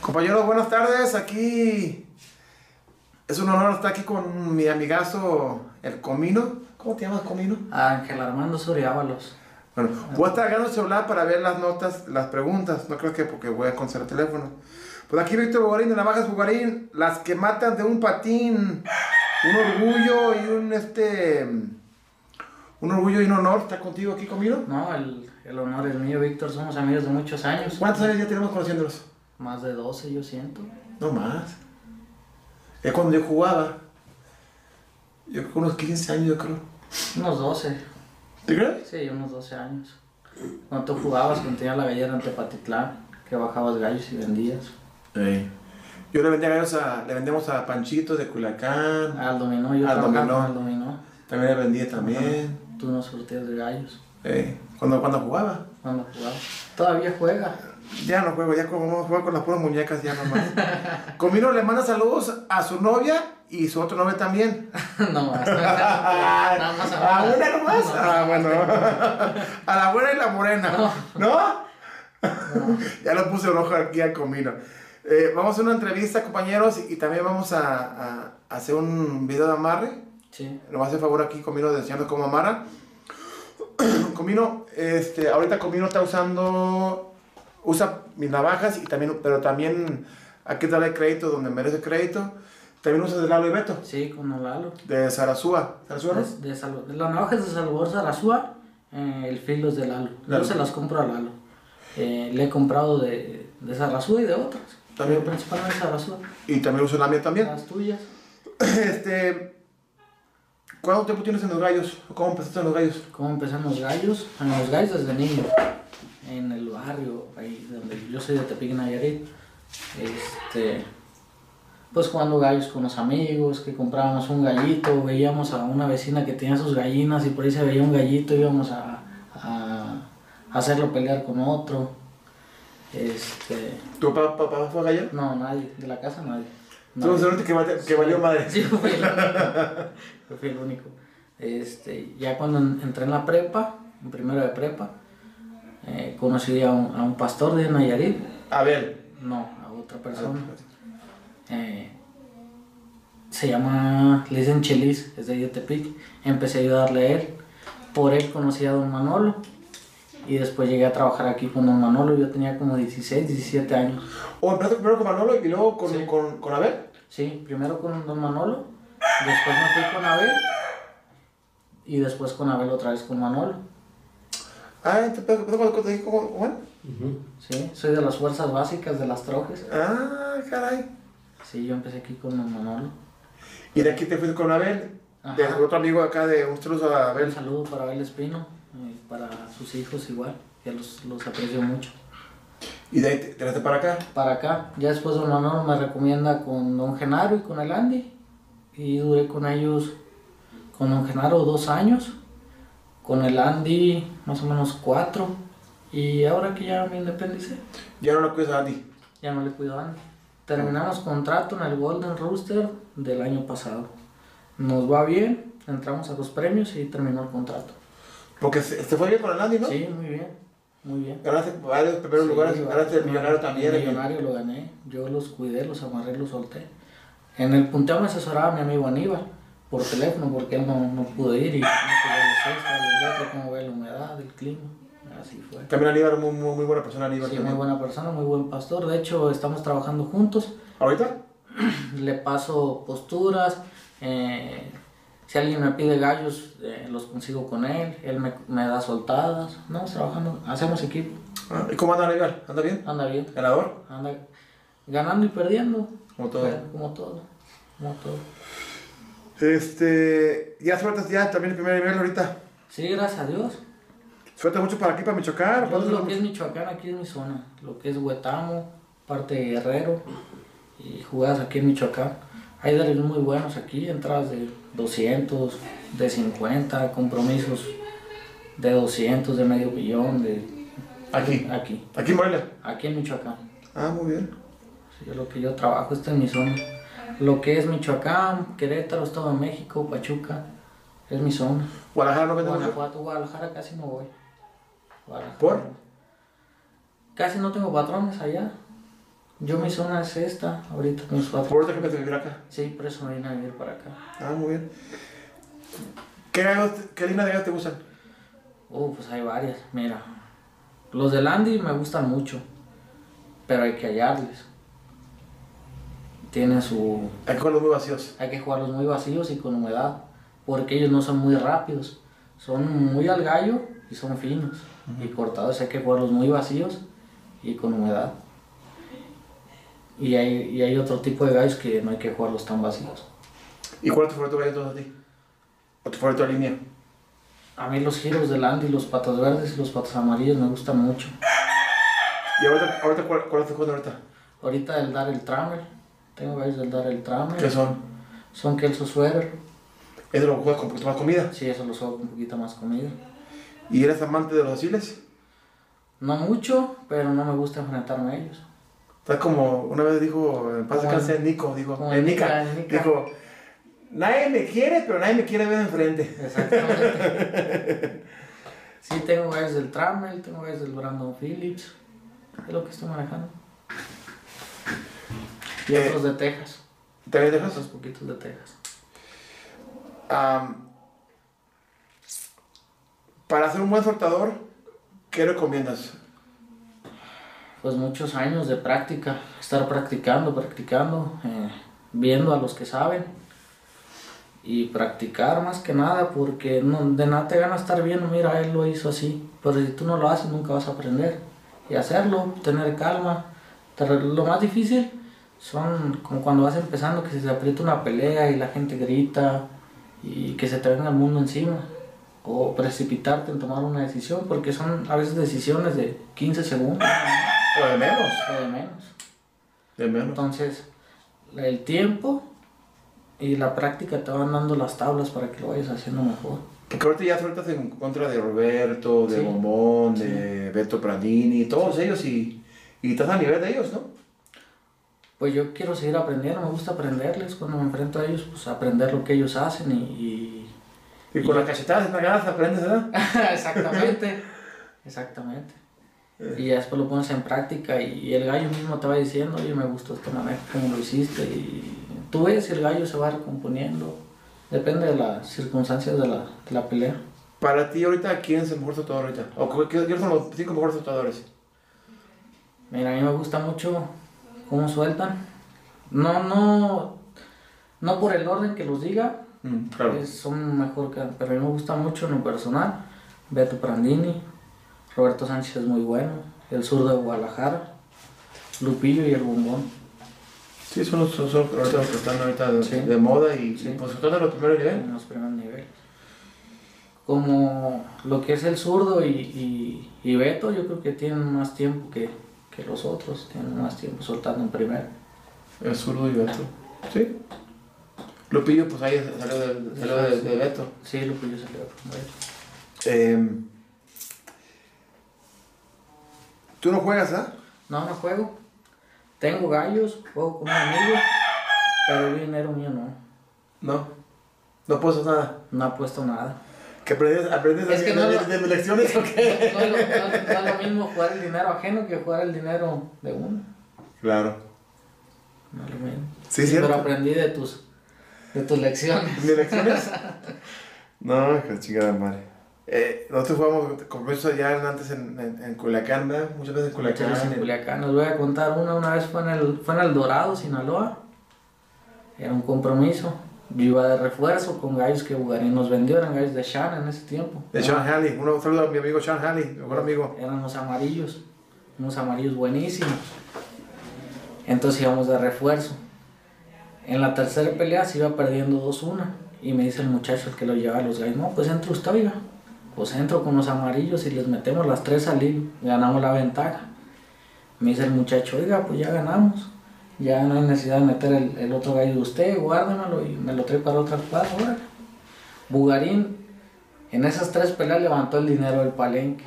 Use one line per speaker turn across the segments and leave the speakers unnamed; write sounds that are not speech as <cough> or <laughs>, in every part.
Compañeros, buenas tardes. Aquí es un honor estar aquí con mi amigazo, el Comino. ¿Cómo te llamas, Comino?
Ángel Armando Suriábalos.
Bueno, voy a estar agarrando el celular para ver las notas, las preguntas. No creo que porque voy a conservar el teléfono. Pues aquí Víctor Bugarín de Navajas Bugarín. Las que matan de un patín. Un orgullo y un este... Un orgullo y un honor estar contigo aquí, Comino.
No, el, el honor es mío, Víctor. Somos amigos de muchos años.
¿Cuántos años ya tenemos conociéndolos?
Más de 12, yo siento.
No más. Es cuando yo jugaba. Yo creo que unos 15 años, yo creo.
Unos 12.
¿Te crees?
Sí, unos 12 años. Cuando tú jugabas cuando tenías la gallera ante Patitlán, que bajabas gallos y vendías.
Yo le vendía gallos a, le vendíamos a Panchito de Culiacán.
Al dominó, yo
Al
trabajaba
dominó.
Al dominó.
También le vendía también.
Tú no surtías de gallos
Ey, Cuando, cuando jugaba.
cuando jugabas. Todavía juega. <laughs>
Ya no juego, ya como juego con las puras muñecas, ya nomás. Comino le manda saludos a su novia y su otra novia también.
no
<laughs>
más. Ah, Nada más
¿A una nomás?
No,
Ah, bueno. <laughs> A la buena y la morena. ¿No? Ya lo puse rojo aquí al comino. Eh, vamos a hacer una entrevista, compañeros, y también vamos a, a hacer un video de amarre.
Sí.
Nos va a hacer favor aquí Comino de enseñarnos cómo amarra. <coughs> Comino, este, ahorita Comino está usando, usa mis navajas, y también, pero también hay que darle crédito donde merece crédito. También usa de Lalo y Beto,
Sí, con el halo.
de Sarazúa. ¿Sarazúa no?
De, de Salvo- de las navajas de Salvador Zarazúa, eh, el filo es de Lalo.
Lalo.
Yo se las compro a Lalo. Eh, le he comprado de, de Zarazúa y de otras.
También.
Principalmente Zarazúa.
Y también uso la mía también. <clears throat>
Las tuyas.
Este, ¿cuánto tiempo tienes en los gallos? ¿Cómo empezaste en los gallos?
¿Cómo empezaron los gallos? En los gallos desde niño. En el barrio, ahí donde yo soy de Tepic Nayarit. Este. Pues jugando gallos con los amigos, que comprábamos un gallito, veíamos a una vecina que tenía sus gallinas y por ahí se veía un gallito, íbamos a, a hacerlo pelear con otro. Este.
¿Tu papá, papá fue gallo?
No, nadie, de la casa nadie.
Tú
Nadie.
eres el único que, vale- que valió madre.
Sí, yo fui el único. Yo fui el único. Este, ya cuando en- entré en la prepa, en primero de prepa, eh, conocí a un, a un pastor de Nayarit.
A ver.
No, a otra persona.
Ah,
Eh, se llama, le dicen Chelis, es de Yetepic. Empecé a ayudarle a él. Por él conocí a don Manolo. Y después llegué a trabajar aquí con don Manolo. Yo tenía como 16, 17 años.
¿O empezaste primero con Manolo y luego con, con, con Abel?
Sí, primero con Don Manolo, después me fui con Abel y después con Abel otra vez con Manolo.
Ah, ¿te pe- pe- cuando te dije con Juan?
Sí, soy de las fuerzas básicas de las trojes.
Ah, caray.
Sí, yo empecé aquí con Don Manolo.
Y de aquí te fuiste con Abel.
Ajá.
De otro amigo acá de un saludo a
Un
Abel.
saludo para Abel Espino, eh, para sus hijos igual, que los, los aprecio mucho.
Y de ahí te traste para acá.
Para acá, ya después Don Manolo me recomienda con Don Genaro y con el Andy. Y duré con ellos, con Don Genaro dos años, con el Andy más o menos cuatro. Y ahora que ya me independicé,
Ya no lo cuidas a Andy.
Ya no le cuidaban. Terminamos contrato en el Golden Rooster del año pasado. Nos va bien, entramos a los premios y terminó el contrato.
Porque se, se fue bien con el Andy, ¿no?
Sí, muy bien, muy bien.
Ganaste varios primeros
Sí,
lugares.
gané,
Ganaste el millonario también.
El millonario lo gané. Yo los cuidé, los amarré, los solté. En el punteo me asesoraba mi amigo Aníbal por teléfono porque él no, no pudo ir y no podía ver los extras, los datos, cómo ve la humedad, el clima. Así fue.
También Aníbal, muy, muy, muy buena persona Aníbal.
Sí, muy
también.
buena persona, muy buen pastor. De hecho, estamos trabajando juntos.
¿Ahorita?
le paso posturas. eh, si alguien me pide gallos, eh, los consigo con él. Él me, me da soltadas. Vamos trabajando, hacemos equipo.
Ah, ¿Y cómo anda Aníbal? ¿Anda bien?
Anda bien,
¿Ganador?
anda ganando y perdiendo.
Como todo.
Pero Como todo. Como todo.
Este, ya sueltas ya también el primer nivel ahorita.
Sí, gracias a Dios.
Sueltas mucho para aquí, para Michoacán.
Yo
¿Cuántos
lo que
kilómetros?
es Michoacán aquí es mi zona. Lo que es Huetamo, parte de Guerrero y jugadas aquí en Michoacán. Hay dales muy buenos aquí, entradas de 200, de 50, compromisos de 200, de medio millón, de
Aquí.
aquí,
Aquí en Morelia.
aquí en Michoacán.
Ah, muy bien.
Sí, es lo que yo trabajo, esta es mi zona. Lo que es Michoacán, Querétaro, Estado de México, Pachuca, es mi zona.
Guadalajara no vende mucho.
Guanajuato, Guadalajara casi no voy. Guadalajara.
¿Por?
Casi no tengo patrones allá. Yo me hice una cesta ahorita con mis
Por
cuatro.
ahorita que te vivir acá.
Sí, por eso me vine a vivir para acá.
Ah, muy bien. ¿Qué, gallos- qué líneas de gallos te gustan?
Uh, pues hay varias, mira. Los de Landy me gustan mucho, pero hay que hallarles. Tienen su...
Hay que jugarlos muy vacíos.
Hay que jugarlos muy vacíos y con humedad, porque ellos no son muy rápidos. Son muy al gallo y son finos y cortados. Hay que jugarlos muy vacíos y con humedad. Y hay, y hay otro tipo de gallos que no hay que jugarlos tan vacíos.
¿Y cuál es tu favorito gallo entonces a ti? ¿O tu favorito línea?
A mí los giros de Landy, los patas verdes y los patas amarillos me gustan mucho.
¿Y ahorita, ahorita cuál, cuál estás jugando ahorita?
Ahorita el dar el tramer. Tengo varios del dar el tramer.
¿Qué son?
Son Kelso Sweater.
¿Eso lo juegas con poquito más comida?
Sí, eso lo hago con un poquito más comida.
¿Y eres amante de los asiles?
No mucho, pero no me gusta enfrentarme a ellos.
Estás como, una vez dijo, en paz
Como
descanse
el-
Nico, dijo,
como
eh,
el
Nica,
Nica, el Nica.
dijo, nadie me quiere, pero nadie me quiere ver enfrente.
Exactamente. sí, tengo varios del tramer, tengo varios del Brandon Phillips. Es lo que estoy manejando. Y
Eh,
otros de Texas.
¿Te habías dejado?
Otros poquitos de Texas.
Am, para ser un buen soltador, ¿qué recomiendas?
pues muchos años de práctica, estar practicando, practicando, eh, viendo a los que saben y practicar más que nada porque no, de nada te gana estar viendo, mira, él lo hizo así, pero si tú no lo haces nunca vas a aprender y hacerlo, tener calma. Te re- Lo más difícil son como cuando vas empezando que se te aprieta una pelea y la gente grita y que se te venga el mundo encima o precipitarte en tomar una decisión porque son a veces decisiones de 15 segundos
O de menos.
o de menos.
De menos.
Entonces, el tiempo y la práctica te van dando las tablas para que lo vayas haciendo mejor.
Porque ahorita ya sueltas en contra de Roberto, de
Sí.
Bombón, de Beto Prandini, todos ellos y, y estás a nivel de ellos, ¿no?
Pues yo quiero seguir aprendiendo, me gusta aprenderles. Cuando me enfrento a ellos, pues aprender lo que ellos hacen y.
Y con las cachetadas en la ganas aprendes, ¿verdad?
y- exactamente, exactamente. Y ya después lo pones en práctica y el gallo mismo te va diciendo, oye, me gustó esta manera como lo hiciste. Y tú ves, el gallo se va recomponiendo. Depende de las circunstancias de la, de la pelea.
Para ti ahorita, ¿quién es el mejor soltador ahorita? ¿O cu- qué- quiénes son los cinco mejores soltadores?
Mira, a mí me gusta mucho cómo sueltan. No, no, no por el orden que los diga,
Mm, claro.
es- son mejor que. Pero a mí me gusta mucho en lo personal. Beto Prandini, Roberto Sánchez es muy bueno, el sur de Guadalajara, Lupillo y el Bombón.
Sí, son los, son, son ahorita los que están ahorita de,
Sí.
de moda y,
Sí.
y, pues están en los primeros niveles.
en los primeros niveles. Como lo que es el zurdo y, y, y Beto, yo creo que tienen más tiempo que, que los otros, tienen más tiempo soltando en primero.
El zurdo y Beto. Sí. Lupillo, pues ahí salió de, salió de, de Beto.
Sí, Lupillo se quedó primero.
Eh, Tú no juegas, ¿ah?
No, no juego. Tengo gallos, juego con un amigo, pero el dinero mío no.
No. No puedo hacer nada.
No apuesto nada.
¿Que aprendes, aprendes
Es
de,
que
de-
no
de-
lo-
de mis lecciones o
No <laughs>
qué?
es, lo, no es- no es lo mismo jugar el dinero ajeno que jugar el dinero de uno.
Claro.
No es lo mismo.
Sí, cierto.
Pero aprendí de tus, de tus lecciones.
¿Mis lecciones? <laughs> no, hijo de chingada madre. Eh, nosotros jugamos con Beto allá antes en, en, en Culiacán, ¿verdad? Muchas veces en Culiacán.
Muchachos en
en-
Culiacán, les voy a contar una. Una vez fue en el, fue en el Dorado, Sinaloa. Era un compromiso. Yo iba de refuerzo con gallos que Bugarín nos vendió, eran gallos de Shannon en ese tiempo.
De Sean Halley, un saludo a mi amigo Sean Halley, mi buen amigo.
Eran unos amarillos, unos amarillos buenísimos. Entonces íbamos de refuerzo. En la tercera pelea se iba perdiendo 2-1. Y me dice el muchacho, el que lo lleva a los gallos, no, pues entre usted, oiga. Pues entro con los amarillos y les metemos las tres al hilo. Ganamos la ventaja. Me dice el muchacho, oiga, pues ya ganamos. Ya no hay necesidad de meter el, el otro gallo de usted, guárdemelo y me lo trae para otra cuadra. órale". Bugarín, en esas tres peleas levantó el dinero del palenque.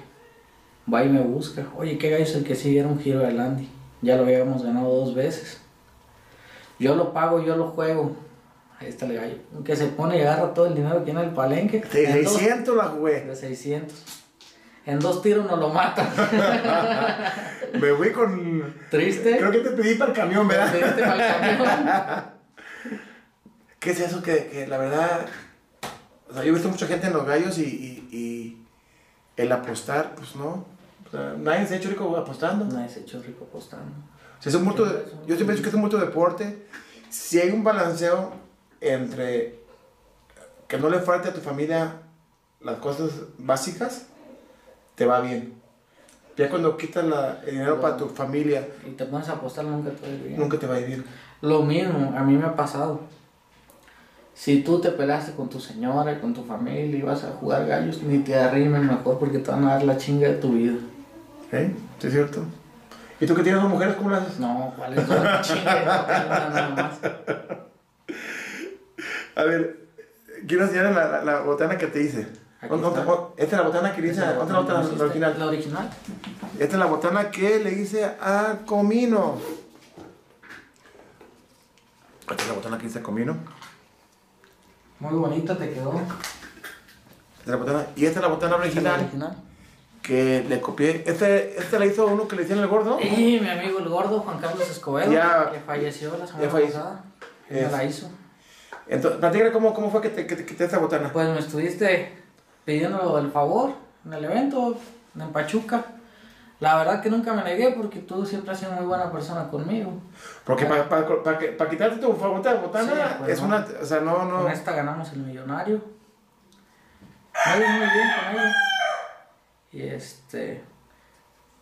Va y me busca. Oye, ¿qué gallo es el que sigue? Era un giro de Landy. Ya lo habíamos ganado dos veces. Yo lo pago, yo lo juego. Ahí está el gallo. Que se pone y agarra todo el dinero que tiene el palenque.
De
Entonces,
600 la jugué.
de 600. En dos tiros nos lo matan.
<laughs> Me fui con.
Triste.
Creo que te pedí para el camión, ¿verdad?
Triste para el camión.
¿Qué es eso que, que la verdad? O sea, yo he visto mucha gente en los gallos y, y, y el apostar, pues no. O sea, nadie se ha hecho rico apostando.
<laughs> Nadie se echó rico apostando.
O sea, es un multo de- yo siempre he dicho que es un multo deporte. Si hay un balanceo entre que no le falte a tu familia las cosas básicas, te va bien. Ya cuando quitas la- el dinero para tu familia,
Y te pones a apostar nunca te va a ir bien.
nunca te va a ir bien.
Lo mismo, a mí me ha pasado. Si tú te pelaste con tu señora, y con tu familia y vas a jugar gallos, ni te arrimen mejor porque te van a dar la chinga de tu vida.
¿Eh? ¿Sí es cierto? ¿Y tú que tienes dos mujeres, cómo las haces?
No, ¿cuál es la <laughs> chinga? No tengo nada más.
A ver, quiero enseñar la, la, la botana que te hice.
Aquí
¿Dónde-
está.
dónde- Esta es la botana que le hice. ¿Cuánta es la botana
¿La
original?
¿La original?
Esta es la botana que le hice a Comino. Esta es la botana que hice a Comino.
Muy bonita te quedó.
Esta es la botana. Y esta es la botana
¿Esta es ¿La
original
original?
que le copié. Este, este la hizo uno que le hicieron el gordo.
Y mi amigo el gordo, Juan Carlos Escobedo,
Ya.
que falleció la semana
Ya falleció.
pasada. Él
Es.
la hizo.
Entonces, platícale cómo, cómo fue que te, que te quité esta botana.
Pues me estuviste pidiendo el favor en el evento en Pachuca. La verdad que nunca me negué porque tú siempre has sido muy buena persona conmigo.
Porque para quitarte tu favorita botana
Sí, pues,
es
no.
una. O sea, no, no.
Con esta ganamos el millonario. Muy, muy bien con ella. Y este.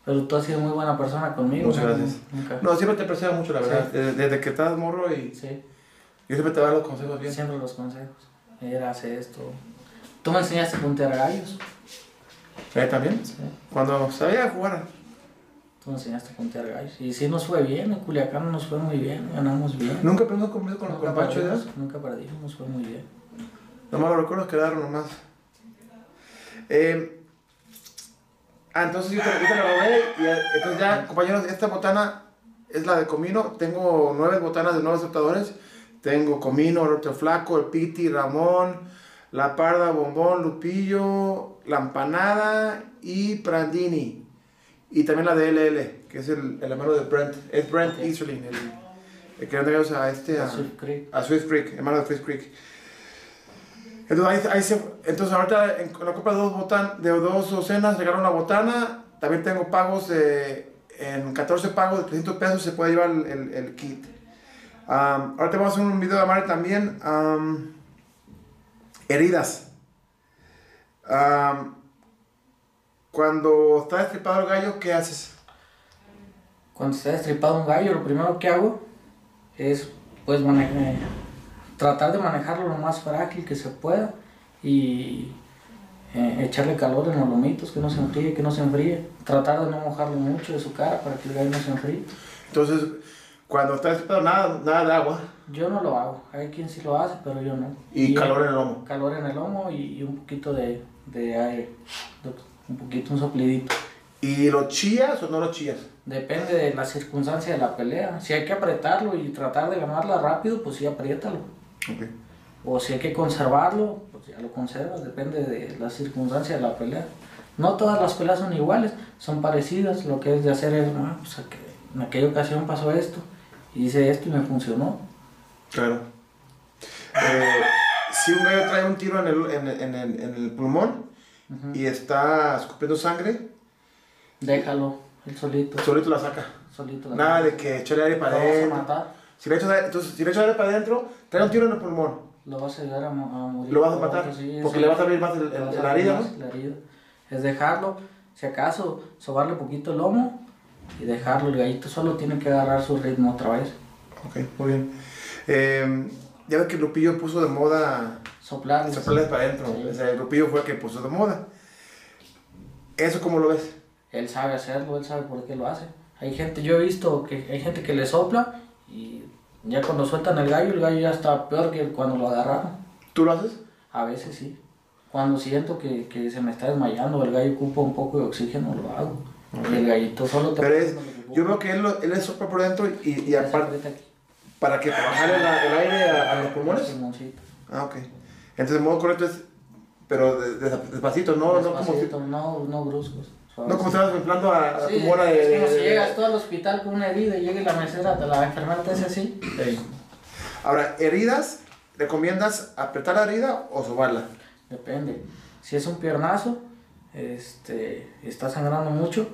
Pero tú has sido muy buena persona conmigo.
Muchas
¿no?
gracias.
Nunca.
No, siempre te aprecio mucho, la
Sí.
verdad. Desde, desde que estás morro y
Sí,
yo siempre te voy a dar los consejos bien.
siempre los consejos. Era, hace esto. Tú me enseñaste a puntear gallos.
¿Eh, también?
Sí.
Cuando sabía jugar.
Tú me enseñaste a puntear gallos. Y sí, nos fue bien. En Culiacán nos fue muy bien. Ganamos bien.
Nunca perdimos con, con, con Pancho, ¿verdad?
perdimos, nunca perdimos, nos fue muy bien.
Nomás los recuerdos quedaron nomás. Eh, ah, entonces yo te, yo te la robé. Y eh, entonces ya, compañeros, esta botana es la de comino. Tengo nueve botanas de nueve aceptadores. Tengo comino, Roberto Flaco, el Piti, Ramón, La Parda, Bombón, Lupillo, La Empanada y Prandini. Y también la de LL, que es el, el hermano de Brent. Es Brent
Ok.
Easterling, el, el que le entregamos a este... a-
Swift Creek.
a Swift Creek, hermano de Swift Creek. Entonces, ahí, ahí se, entonces ahorita en, con la compra de dos, botan, de dos docenas regalaron una botana. También tengo pagos de, en 14 pagos de 300 pesos se puede llevar el, el- el kit. Am, ahorita vamos a hacer un video de Amare también. am, heridas. Am, cuando está destripado el gallo, ¿qué haces?
Cuando está destripado un gallo, lo primero que hago es pues mane- eh, tratar de manejarlo lo más frágil que se pueda y eh, echarle calor en los lomitos, que no se enfríe, que no se enfríe. Tratar de no mojarlo mucho de su cara para que el gallo no se enfríe.
Entonces, cuando está destripado, nada, nada de agua
Yo no lo hago, hay quien sí lo hace, pero yo no.
y calor en el lomo.
calor en el lomo y, y un poquito de, de aire, de- un poquito, un soplidito.
¿Y lo chías o no lo chías?
Depende de la circunstancia de la pelea. Si hay que apretarlo y tratar de ganarla rápido, pues sí, apriétalo. O si hay que conservarlo, pues ya lo conservas. Depende de la circunstancia de la pelea. No todas las peleas son iguales, son parecidas. Lo que es de hacer es, ah, pues aqu- en aquella ocasión pasó esto, y hice esto y me funcionó.
Claro. Eh, si un gallo trae un tiro en el, en, el- en el- en el pulmón y está escupiendo sangre,
Déjalo, él solito.
solito la saca.
solito la-
Nada de que echarle aire
Lo
para
vas a
adentro.
matar,
Si le echas aire, entonces, si le echas aire para adentro, trae un tiro en el pulmón.
lo vas a ayudar a, mo- a morir.
Lo vas a matar.
Sí,
Porque
sí.
le vas a abrir más el-
Le
el-
vas a
la
abrir
herida,
más
¿no?
la herida. Es dejarlo, si acaso, sobarle poquito el lomo y dejarlo. El gallito solo tiene que agarrar su ritmo otra vez.
Ok, muy bien. Eh, ya ves que Lupillo puso de moda
Soplarle.
soplarles para adentro.
Sí.
O sea, Lupillo fue el que puso de moda. ¿Eso cómo lo ves?
Él sabe hacerlo, él sabe por qué lo hace. Hay gente, yo he visto que hay gente que le sopla y ya cuando sueltan el gallo, el gallo ya está peor que cuando lo agarraron.
¿Tú lo haces?
A veces sí. Cuando siento que, que se me está desmayando, el gallo ocupa un poco de oxígeno, lo hago. Y el gallito solo te
Pero es, yo veo que él, lo- él es sopla por dentro y, y
Ya se
aparte,
aprieta aquí.
para que bajara el, el aire a, a los pulmones.
Pulmoncito.
Ah, ok. Entonces, el modo correcto es pero de- de- despacito, no, no como si-
Despacito, no, no bruscos. suavecito.
no como estabas templando a, a
Sí,
tu bola de.
es como si llegas tú al hospital con una herida y llega la mesera, te la enfermera te hace así.
Ey. Ahora, heridas, ¿recomiendas apretar la herida o sobarla?
Depende. Si es un piernazo, este, y está sangrando mucho,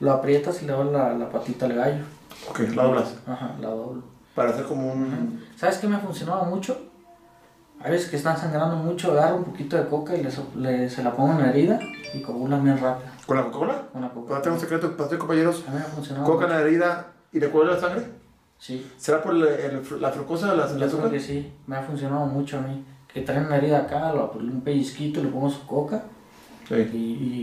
lo aprietas y le das la, la patita al gallo.
Ok, la doblas.
Ajá, la doblo.
Para hacer como un.
¿Sabes qué me ha funcionado mucho? Hay veces que están sangrando mucho, agarro un poquito de coca y le sop- le- se la pongo en la herida y coagulan bien rápido.
¿Con la Coca-Cola?
Una
Para
coca.
tener un secreto, para ustedes, compañeros.
A mí me ha funcionado.
Coca en
mucho.
la herida y le cuelga la sangre.
Sí.
¿Será por el- el- la fructosa de la, la
Yo creo
azúcar?
que sí, me ha funcionado mucho a mí. Que traen una herida acá, lo, pues, un pellizquito, le pongo su coca
Sí.
y,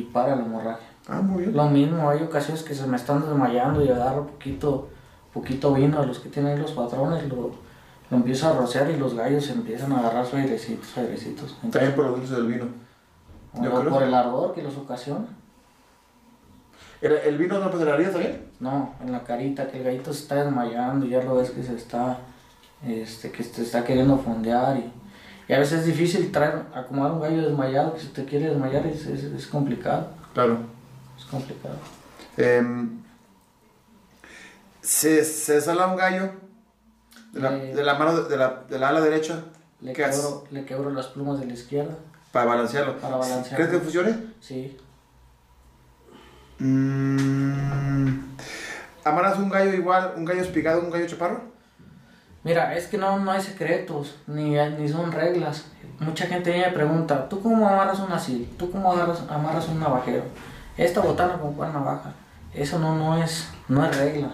y para la hemorragia.
Ah, muy bien.
Lo mismo, hay ocasiones que se me están desmayando y agarro poquito, poquito vino de los que tienen ahí los patrones, lo, lo empiezo a rociar y los gallos empiezan a agarrar su airecitos, su airecitos. Entonces,
También por los dulces del vino.
o
yo
no,
creo.
por el ardor que los ocasiona.
¿El, el vino no pasa la herida también?
No, en la carita, que el gallito se está desmayando, ya lo ves que se está, este, que se está queriendo fondear y, y a veces es difícil traer, acomodar un gallo desmayado que se te quiere desmayar, es, es, es complicado,
Claro.
es complicado.
Em, se, se sala un gallo de la,
Eh.
de la mano, de la, de la ala derecha.
Le
¿Qué haces?
quebro, le quebro las plumas de la izquierda,
Para balancearlo.
Para balancearlo.
¿Crees que funcione?
sí,
Mm, ¿Amarras un gallo igual, un gallo espigado, un gallo chaparro?
Mira, es que no, no hay secretos, ni, ni son reglas. Mucha gente me pregunta, ¿tú cómo amarras un asil? ¿Tú cómo agarras- amarras un navajero? ¿Esta botana con cuál navaja? Eso no, no, es, no es regla.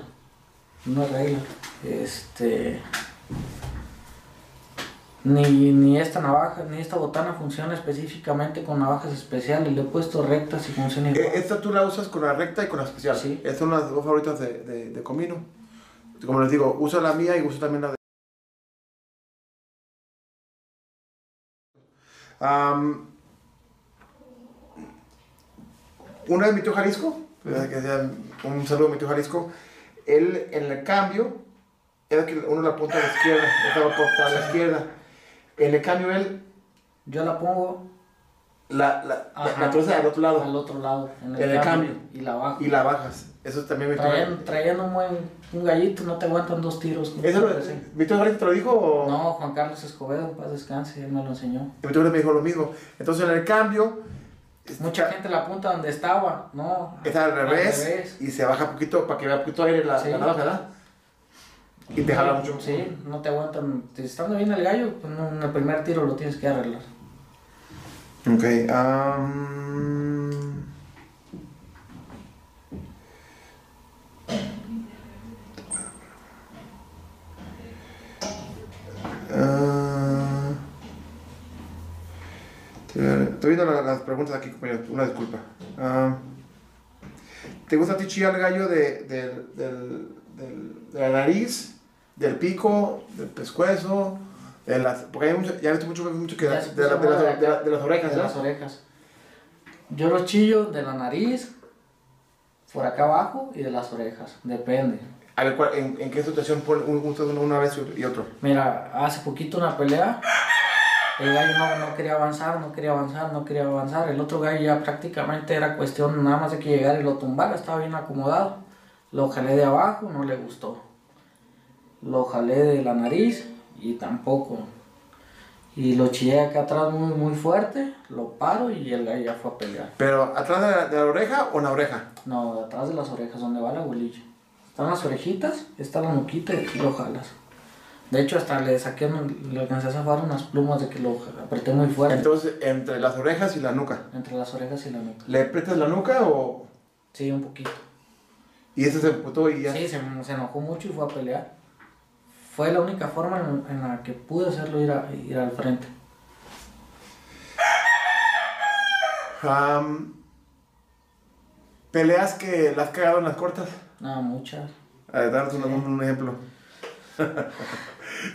No es regla. Este... Ni, ni esta navaja, ni esta botana funciona específicamente con navajas especiales. Le he puesto rectas y funciona igual.
Eh, Esta tú la usas con la recta y con la especial.
Sí.
Estas son las dos favoritas de, de, de Comino. Como les digo, uso la mía y uso también la de... Am, una de mi tío Jalisco, ¿verdad? que sea un saludo a mi tío Jalisco, él en el cambio, era que uno la apunta a la izquierda, estaba cortada a la izquierda. En el cambio él
Yo la pongo
la, la, la,
ajá,
la troza del otro lado
al otro lado, en el,
En el
cambio,
cambio.
y la bajo.
y la bajas. Eso también me
Trayendo, trayendo un buen un gallito, no te aguantan dos tiros.
¿Eso lo,
Sí.
¿Mi tío Jorge te lo dijo o...?
No, Juan Carlos Escobedo, paz descanse, él me lo enseñó.
Mi tío Jorge me dijo lo mismo. Entonces, en el cambio... es-
Mucha gente la apunta donde estaba, no.
Está al revés, y se baja poquito para que vea poquito aire la,
Sí.
la navaja, ¿verdad? Y te jala mucho.
Sí, no te aguantan. Te- Estando bien el gallo, pues no, en el primer tiro lo tienes que arreglar.
Ok. um, eh, am. Ah. Estoy viendo la- las preguntas aquí, compañeros. Una disculpa. Ah. ¿Te gusta a ti chillar el gallo de, del- del- del- de la nariz, del pico, del pescuezo? De las, porque hay mucho, ya he visto mucho, mucho que de,
Ya se
la- de las- de la- de las orejas,
De
¿verdad?
las orejas. Yo los chillo de la nariz, por acá abajo y de las orejas, depende.
A ver, ¿cuál- en, en qué situación pone un, usted uno una vez y otro?
Mira, hace poquito una pelea, el gallo no, no quería avanzar, no quería avanzar, no quería avanzar. El otro gallo ya prácticamente era cuestión nada más de que llegara y lo tumbara, estaba bien acomodado. Lo jalé de abajo, no le gustó. Lo jalé de la nariz y tampoco. Y lo chillé acá atrás muy, muy fuerte, lo paro y el gallo ya fue a pelear.
¿Pero atrás de la, de la oreja o en la oreja?
No, de atrás de las orejas, donde va la bolilla. Están las orejitas, está la nuquita y aquí lo jalas. De hecho, hasta le saqué, un- le alcancé a zafar unas plumas de que lo apreté muy fuerte
Entonces, entre las orejas y la nuca.
entre las orejas y la nuca.
¿Le aprietas la nuca o...?
Sí, un poquito.
Y ese se emputó y ya.
Sí, se, se enojó mucho y fue a pelear. Fue la única forma en, en la que pude hacerlo ir, a- ir al frente.
Am, ¿Peleas que las has cagado en las cortas?
Nada, muchas.
A ver, daros un, un- un ejemplo. <laughs>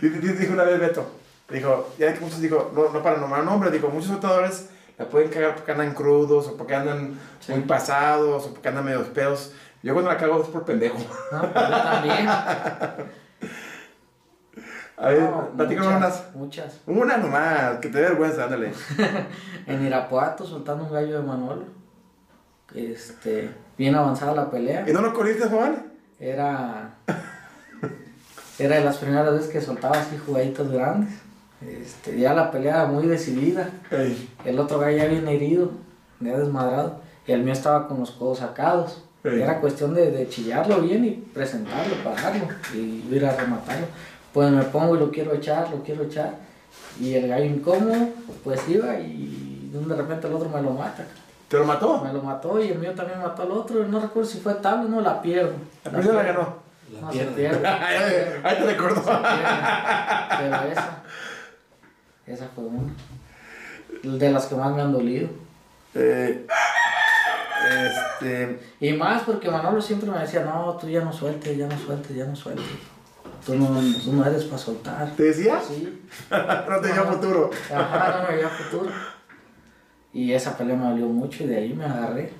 Dice- dice- dijo una vez Beto, dijo, ya que muchos, digo, no, no para nombrar nombres, digo, muchos soltadores la pueden cagar porque andan crudos o porque andan
Sí.
muy pasados o porque andan medios pedos. <laughs> Yo cuando la cago es por pendejo.
No, pues yo también.
<laughs> A ver,
No,
platícanos
muchas,
unas.
Muchas.
Una nomás, que te dé vergüenza, ándale.
En Irapuato, soltando un gallo de Manolo. Este, bien avanzada la pelea.
¿Y no lo corriste, Juan?
Era. Era de las primeras veces que soltaba así jugaditos grandes. Este, ya la pelea muy decidida.
Ey,
El otro gallo ya bien herido, ya desmadrado. Y el mío estaba con los codos sacados.
Ey.
Era cuestión de, de chillarlo bien y presentarlo, pararlo y ir a rematarlo. Pues me pongo y lo quiero echar, lo quiero echar. Y el gallo incómodo, pues iba y de un de repente el otro me lo mata.
¿Te lo mató?
Me lo mató y el mío también mató al otro. No recuerdo si fue tal o no, la pierdo.
La primera la
pierdo.
ganó. <laughs>
La
No, se
pierde.
pierde.
Ay, Ahí te recordó. <laughs>
Pero esa, esa fue una. De las que más me han dolido.
Eh, este.
Y más porque Manolo siempre me decía, no, tú ya no sueltes, ya no sueltes, ya no sueltes. Tú no, tú no eres para soltar.
¿Te decía? <laughs>
Sí.
No tenía futuro.
Ajá, no me veía futuro. Y esa pelea me dolió mucho y de ahí me agarré.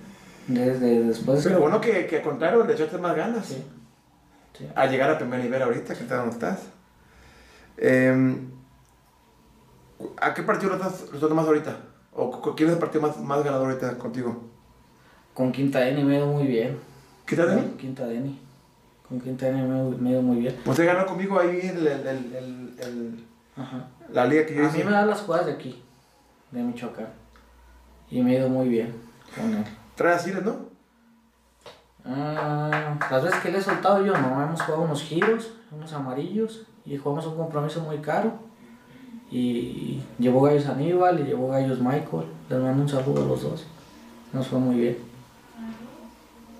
Desde después...
Pero bueno que, que al contrario le echaste más ganas.
Sí. Sí.
A llegar a primer nivel ahorita, que tal no estás. Em, ¿A qué partido lo estás resultando más ahorita? ¿O cu- cu- quién es el partido más, más ganador ahorita contigo?
Con Quinta Deni me dio muy bien.
¿Qué tal, Dani?
Con Quinta Deni. Con Quinta Deni me, me dio muy bien.
Usted ganó Pues conmigo ahí el, el- el- el- el-
Ajá.
la liga que yo
A mí
hice.
me dan las jugadas de aquí, de Michoacán. Y me ha ido muy bien con él.
Trae así, ¿no?
Ah, las veces que le he soltado yo no, hemos jugado unos giros, unos amarillos y jugamos un compromiso muy caro. Y llevó gallos Aníbal y llevó gallos Michael. Les mando un saludo a los dos. Nos fue muy bien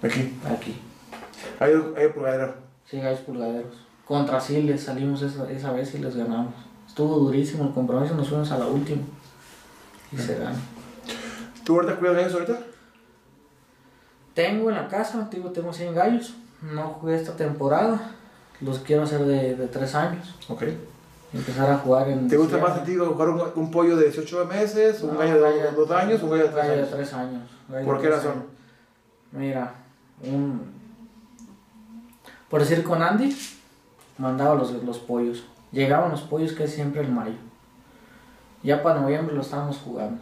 Aquí.
aquí.
Ahí hay el pulgadero.
Sí, gallos pulgaderos. Contra sí les salimos esa, esa vez y les ganamos. Estuvo durísimo el compromiso, nos fuimos a la última. Y se ganó.
¿Tú ahorita cuidas gallos ahorita?
Tengo en la casa, te digo, tengo 100 gallos. No jugué esta temporada. Los quiero hacer de, de 3 años.
Ok.
Empezar a jugar en.
¿Te gusta
diciembre.
más a ti jugar un, un pollo de 18 meses, un
No,
gallo de 2 años, un gallo de 3
gallo
años?
de tres años. gallo
¿Por
de
qué
tres
razón?
años. Mira, un... Por decir con Andy, mandaba los, los pollos. Llegaban los pollos que es siempre en mayo. Ya para noviembre lo estábamos jugando.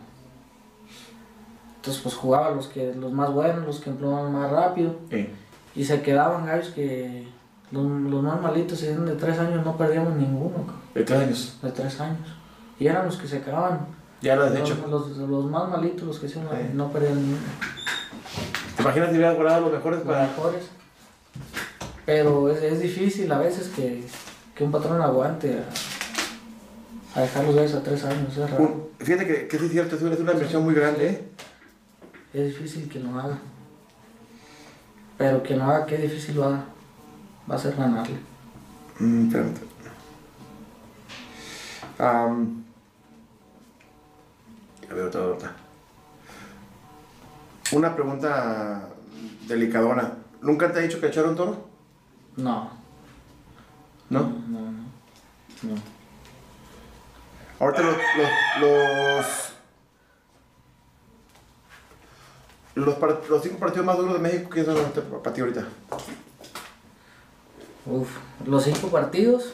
Entonces pues jugaba los que los más buenos, los que empleaban más rápido.
Eh.
Y se quedaban gallos que los, los más malitos, si eran de tres años, no perdíamos ninguno, cabrón,
De 3 años.
de tres años. Y eran los que se quedaban
Ya lo has hecho.
los, los, los más malitos, los que hicieron,
Sí.
no perdían ninguno,
¿Te imaginas si hubieras guardado los mejores
los
para.?
mejores. Pero es, es difícil a veces que, que un patrón aguante a, a dejar los gallos a tres años, es raro.
Un- fíjate que, que sí es cierto, es una, es una inversión muy grande, ¿eh?
Es difícil que lo haga. Pero que no haga, qué difícil lo haga. Va a ser ganarle.
Mm, espérate. Am, a ver, otra, otra. Una pregunta delicadona. ¿Nunca te ha dicho que echaron toro?
No,
¿No?
no, no. no.
Ahorita los. Los, los, los par- los cinco partidos más duros de México, ¿quiénes son ahorita para ti ahorita?
Uf, los cinco partidos.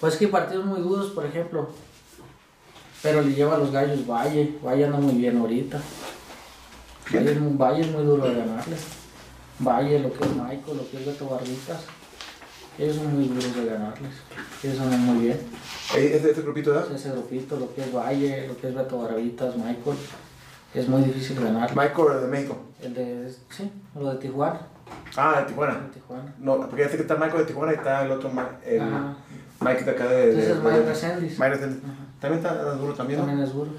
Pues que hay partidos muy duros, por ejemplo. Pero le lleva a los gallos Valle. Valle anda muy bien ahorita.
¿Quién?
Valle es, muy, Valle es muy duro de ganarle. Valle, lo que es Michael, lo que es Beto Barritas. Ellos son muy duros de ganarles. Ellos andan muy bien.
Eh, Este, este grupito, ¿verdad?
Ese grupito, lo que es Valle, lo que es Beto Barritas, Michael. Es muy difícil ganar.
Michael de México.
El de, sí, lo de Tijuana.
Ah, de Tijuana.
de Tijuana.
No, porque ya sé que está Michael de Tijuana y está el otro Ma- el
Ajá.
Mike de acá de. de-
Entonces
de-
es Mike Resendiz.
Mike Resendiz. También está duro también. ¿no?
También es duro.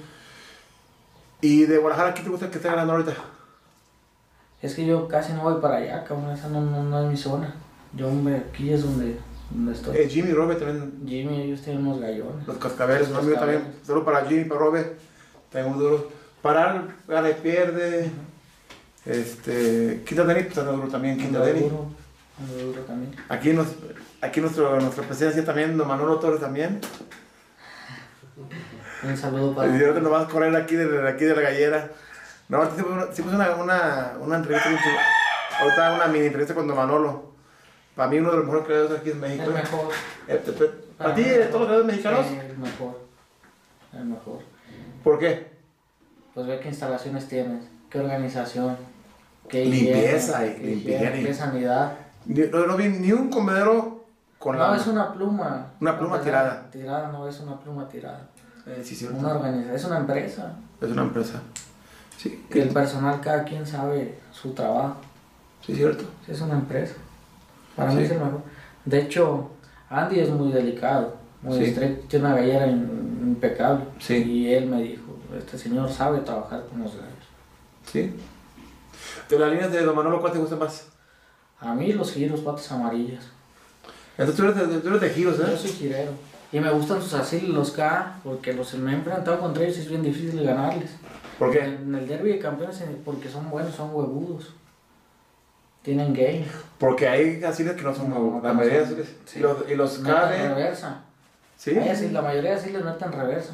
Y de Guadalajara, ¿qué te gusta que esté ganando ahorita?
Es que yo casi no voy para allá, cabrón, esa no, no, no es mi zona. Yo me, aquí es donde, donde estoy.
Eh, Jimmy, Robert también.
Jimmy, ellos tienen unos gallones.
Los cascabeles, un
Los
amigo
Cascabeles.
también. Solo para Jimmy, para Robert. También muy duro. Parar, gana y pierde. Este. Quinta Deni, pues anda duro también, Quinta
Ando
Deni.
duro, ando duro también.
Aquí, nos, aquí nuestro, nuestra presencia también, don Manolo Torres también.
Un saludo para...
Y yo te lo vas a correr aquí de, de aquí de la gallera. No, ahorita sí puse una, sí puse una, una, una entrevista bien chula. Ahorita una mini entrevista con Don Manolo. Para mí uno de los mejores creadores aquí en México.
El mejor.
Eptepec. ¿A ti, de todos los creadores mexicanos?
El mejor. El mejor.
¿Por qué?
Pues ve qué instalaciones tienes, qué organización, qué
Limpieza
higiene,
y
qué higiene,
limpieza y-
qué sanidad.
Ni- No, no vi ni un comedero con
no
la...
es una pluma.
Una pluma
No,
tirada.
Tirada, no es una pluma tirada.
Eh, sí, cierto.
Una organización, es una empresa.
Es una empresa. Sí,
Que el personal, cada quien sabe su trabajo.
sí, cierto.
Sí, Es una empresa. Para
Sí.
mí es el mejor. De hecho, Andy es muy delicado, muy
Sí.
estricto, tiene una gallera im- impecable.
Sí.
Y él me dijo, este señor sabe trabajar con los gallos.
Sí. De las líneas de Don Manolo, ¿cuál te gusta más?
A mí los giros, patas amarillas.
Entonces tú eres de, tú eres de giros,
Yo
¿eh?
soy girero. Y me gustan sus asilos, los K, porque los me he enfrentado contra ellos y es bien difícil ganarles.
¿Por
En,
qué?
el derby de campeones, en- porque son buenos, son huevudos. Tienen game.
Porque hay asiles que no son
No,
muy...
no
La mayoría de
son-
asiles.
sí.
Y los, y los ¿eh?
Meten
cabe...
reversa.
¿Sí?
Ay, Ah, Eh, sí, la mayoría sí le meten reversa.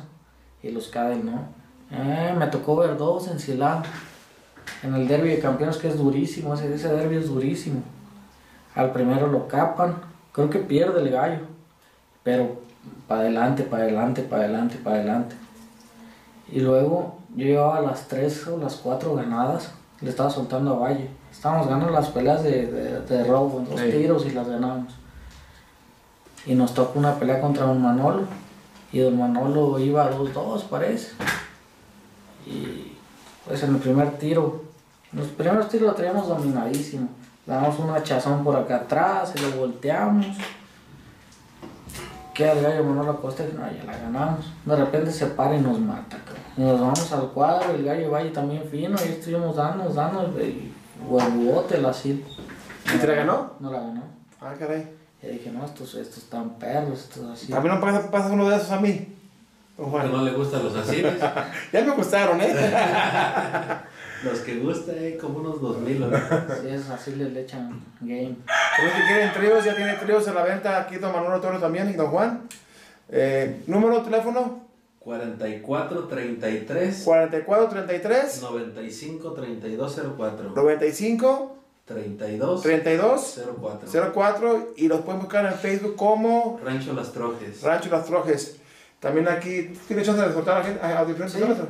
Y los Cadel no. Eh, me tocó ver dos en Silao. En el derby de campeones que es durísimo. Ese, ese derby es durísimo. Al primero lo capan. Creo que pierde el gallo. Pero para adelante, para adelante, para adelante, para adelante. Y luego yo llevaba las tres o las cuatro ganadas. Le estaba soltando a Valle. Estábamos ganando las peleas de, de, de robo, dos
Sí.
tiros y las ganamos y nos tocó una pelea contra Don Manolo. Y Don Manolo iba a 2-2, parece. Y pues en el primer tiro, en los primeros tiros lo teníamos dominadísimo. Damos un hachazón por acá atrás, se lo volteamos. Queda el gallo Manolo Acosta y no, ya la ganamos. De repente se para y nos mata, cabrón. Y nos vamos al cuadro, el gallo Valle también fino, y estuvimos dándonos, dándonos, y huevote la sil.
¿Y te la ganó?
No la ganó.
Ah, caray.
Y dije, no, estos, estos están perros, estos así.
A mí no me pasa, pasa uno de esos a mí. Don
Que
Juan.
no le gustan los asiles.
Ya me gustaron, <laughs> ¿eh?
los que gusta, eh, como unos 2000 o no.
Sí, es así le le echan game.
Los que quieren tríos, ya tiene tríos en la venta aquí Don Manolo Toro también y Don Juan. Eh, número de teléfono
44 33
4433
95 32 04
95
32
32
04
04 y los pueden buscar en Facebook como
Rancho Las Trojes.
Rancho Las Trojes. También aquí, ¿tienes chance de soltar a, la gente, a, a diferentes
Sí.
personas?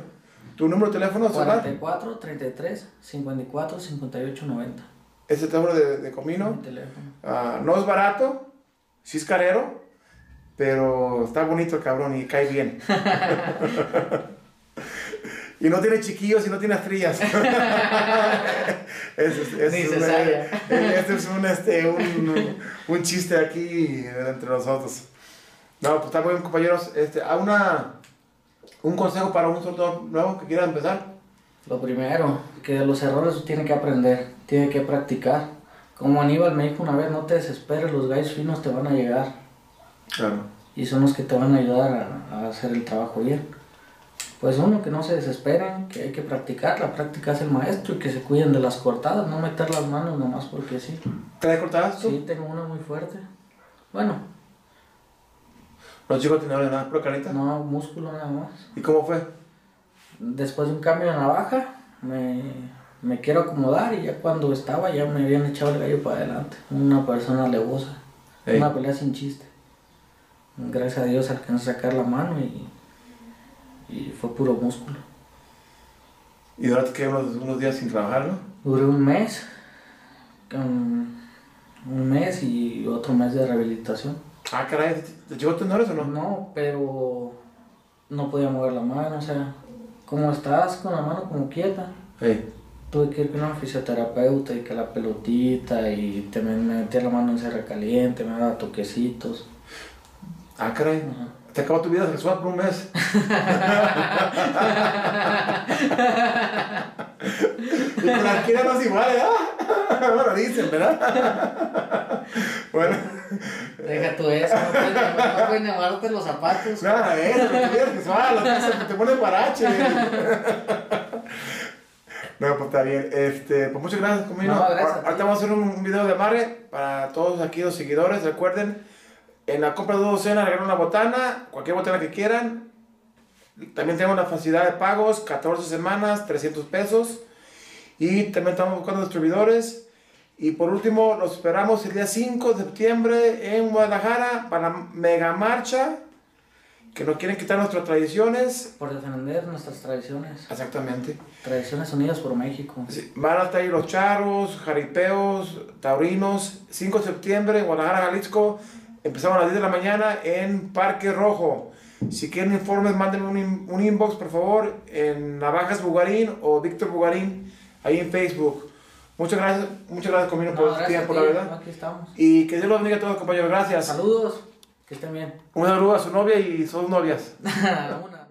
¿Tu número de teléfono celular?
44, 33, 54, 58, 90.
Es el teléfono de, de
Mi
Comino.
teléfono.
Ah, no es barato, sí es carero, pero está bonito el cabrón y cae
<laughs>
bien. y no tiene chiquillos y no tiene
<laughs>
astrillas. es, es, es
Ni
un,
se
eh, <laughs>
sabe.
eh, este es un, este, un, un chiste aquí entre nosotros. No, pues está muy bien, compañeros. Este, ¿a una, un consejo para un soldado nuevo que quiera empezar.
Lo primero, que de los errores tiene que aprender, tiene que practicar. Como Aníbal me dijo una vez, no te desesperes, los gallos finos te van a llegar
Claro.
y son los que te van a ayudar a, a hacer el trabajo bien. Pues uno, que no se desesperen, que hay que practicar, la práctica es el maestro y que se cuiden de las cortadas, no meter las manos nomás porque sí.
¿Trae cortadas tú?
Sí, tengo una muy fuerte. Bueno,
Los chicos tienen nada, pero carita.
no músculo nada más.
¿Y cómo fue?
Después de un cambio de navaja, me, me quiero acomodar y ya cuando estaba ya me habían echado el gallo para adelante. Una persona levosa.
Ey.
Una pelea sin chiste. Gracias a Dios alcancé a sacar la mano y, y fue puro músculo.
Y durante que unos, unos días sin trabajar, ¿no?
Duré un mes, con- un mes y otro mes de rehabilitación.
Ah, caray, ¿te llegó tenores o no?
No, pero no podía mover la mano, o sea, como estás con la mano como quieta,
Ey,
tuve que ir con una fisioterapeuta y que la pelotita y te me me metía la mano en cerra caliente, me daba toquecitos.
Ah, caray.
Ajá.
Te acabó tu vida sexual por un mes. y con la esquina no es igual, ¿verdad? Bueno, dicen, ¿verdad? bueno,
Deja tú eso, no puedes, no puedes lavarte los zapatos.
pues nada, era tu vida sexual, lo que se te pone parache. No, pues está bien. Este, pues muchas gracias, conmigo.
No, gracias a ti.
Ahorita vamos a hacer un, un video de amarre para todos aquí los seguidores. Recuerden, en la compra de dos docenas regalan una botana, cualquier botana que quieran. También tenemos la facilidad de pagos, 14 semanas, 300 pesos. Y también estamos buscando distribuidores. Y por último, los esperamos el día 5 de septiembre en Guadalajara para la mega marcha. Que no quieren quitar nuestras tradiciones.
Por defender nuestras tradiciones.
Exactamente.
Tradiciones unidas por México.
Sí, Van a estar ahí los charros, jaripeos, taurinos. 5 de septiembre en Guadalajara, Jalisco. Empezamos a las 10 de la mañana en Parque Rojo. Si quieren informes, mándenme un, in- un inbox, por favor, en Navajas Bugarín o Víctor Bugarín, ahí en Facebook. Muchas gracias, muchas gracias, Comino,
No,
por este
gracias
tiempo,
a
la
ti,
verdad.
Aquí estamos.
Y que Dios los bendiga a todos, compañeros. Gracias.
Saludos. Que estén bien. <laughs>
Un saludo a su novia y sus novias.
Una.